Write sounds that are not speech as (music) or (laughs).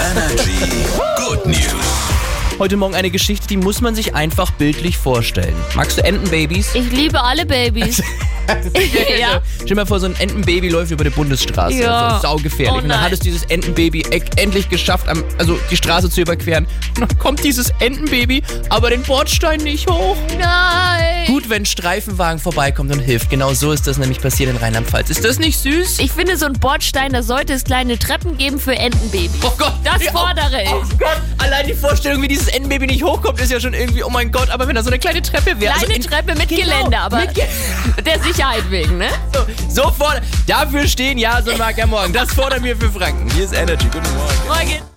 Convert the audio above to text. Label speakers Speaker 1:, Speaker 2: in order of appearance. Speaker 1: Energy. Good News.
Speaker 2: Heute Morgen eine Geschichte, die muss man sich einfach bildlich vorstellen. Magst du Entenbabys?
Speaker 3: Ich liebe
Speaker 2: (laughs)
Speaker 3: alle Babys. ja.
Speaker 2: Stell dir mal vor, so ein Entenbaby läuft über die Bundesstraße.
Speaker 3: Ja.
Speaker 2: Also, saugefährlich.
Speaker 3: Oh
Speaker 2: und dann
Speaker 3: nein.
Speaker 2: hat es dieses Entenbaby e- endlich geschafft, am, also die Straße zu überqueren. Und dann kommt dieses Entenbaby, aber den Bordstein nicht hoch.
Speaker 3: Nein.
Speaker 2: Gut, wenn ein Streifenwagen vorbeikommt und hilft. Genau so ist das nämlich passiert in Rheinland-Pfalz. Ist das nicht süß?
Speaker 3: Ich finde, so ein Bordstein, da sollte es kleine Treppen geben für Entenbabys.
Speaker 2: Oh Gott,
Speaker 3: Das
Speaker 2: ja,
Speaker 3: fordere
Speaker 2: Oh
Speaker 3: ich.
Speaker 2: Gott, allein die Vorstellung, wie dieses Entenbaby nicht hochkommt, ist ja schon irgendwie, oh mein Gott, aber wenn da so eine kleine Treppe wäre.
Speaker 3: Kleine
Speaker 2: in-
Speaker 3: Treppe mit
Speaker 2: Genau,
Speaker 3: Geländer, aber
Speaker 2: mit Ge-
Speaker 3: der Sicherheit wegen, ne?
Speaker 2: So, sofort. Dafür stehen Ja, so mag er morgen. Das fordern wir für Franken.
Speaker 1: Here's Energy. Guten Morgen.
Speaker 3: Morgen.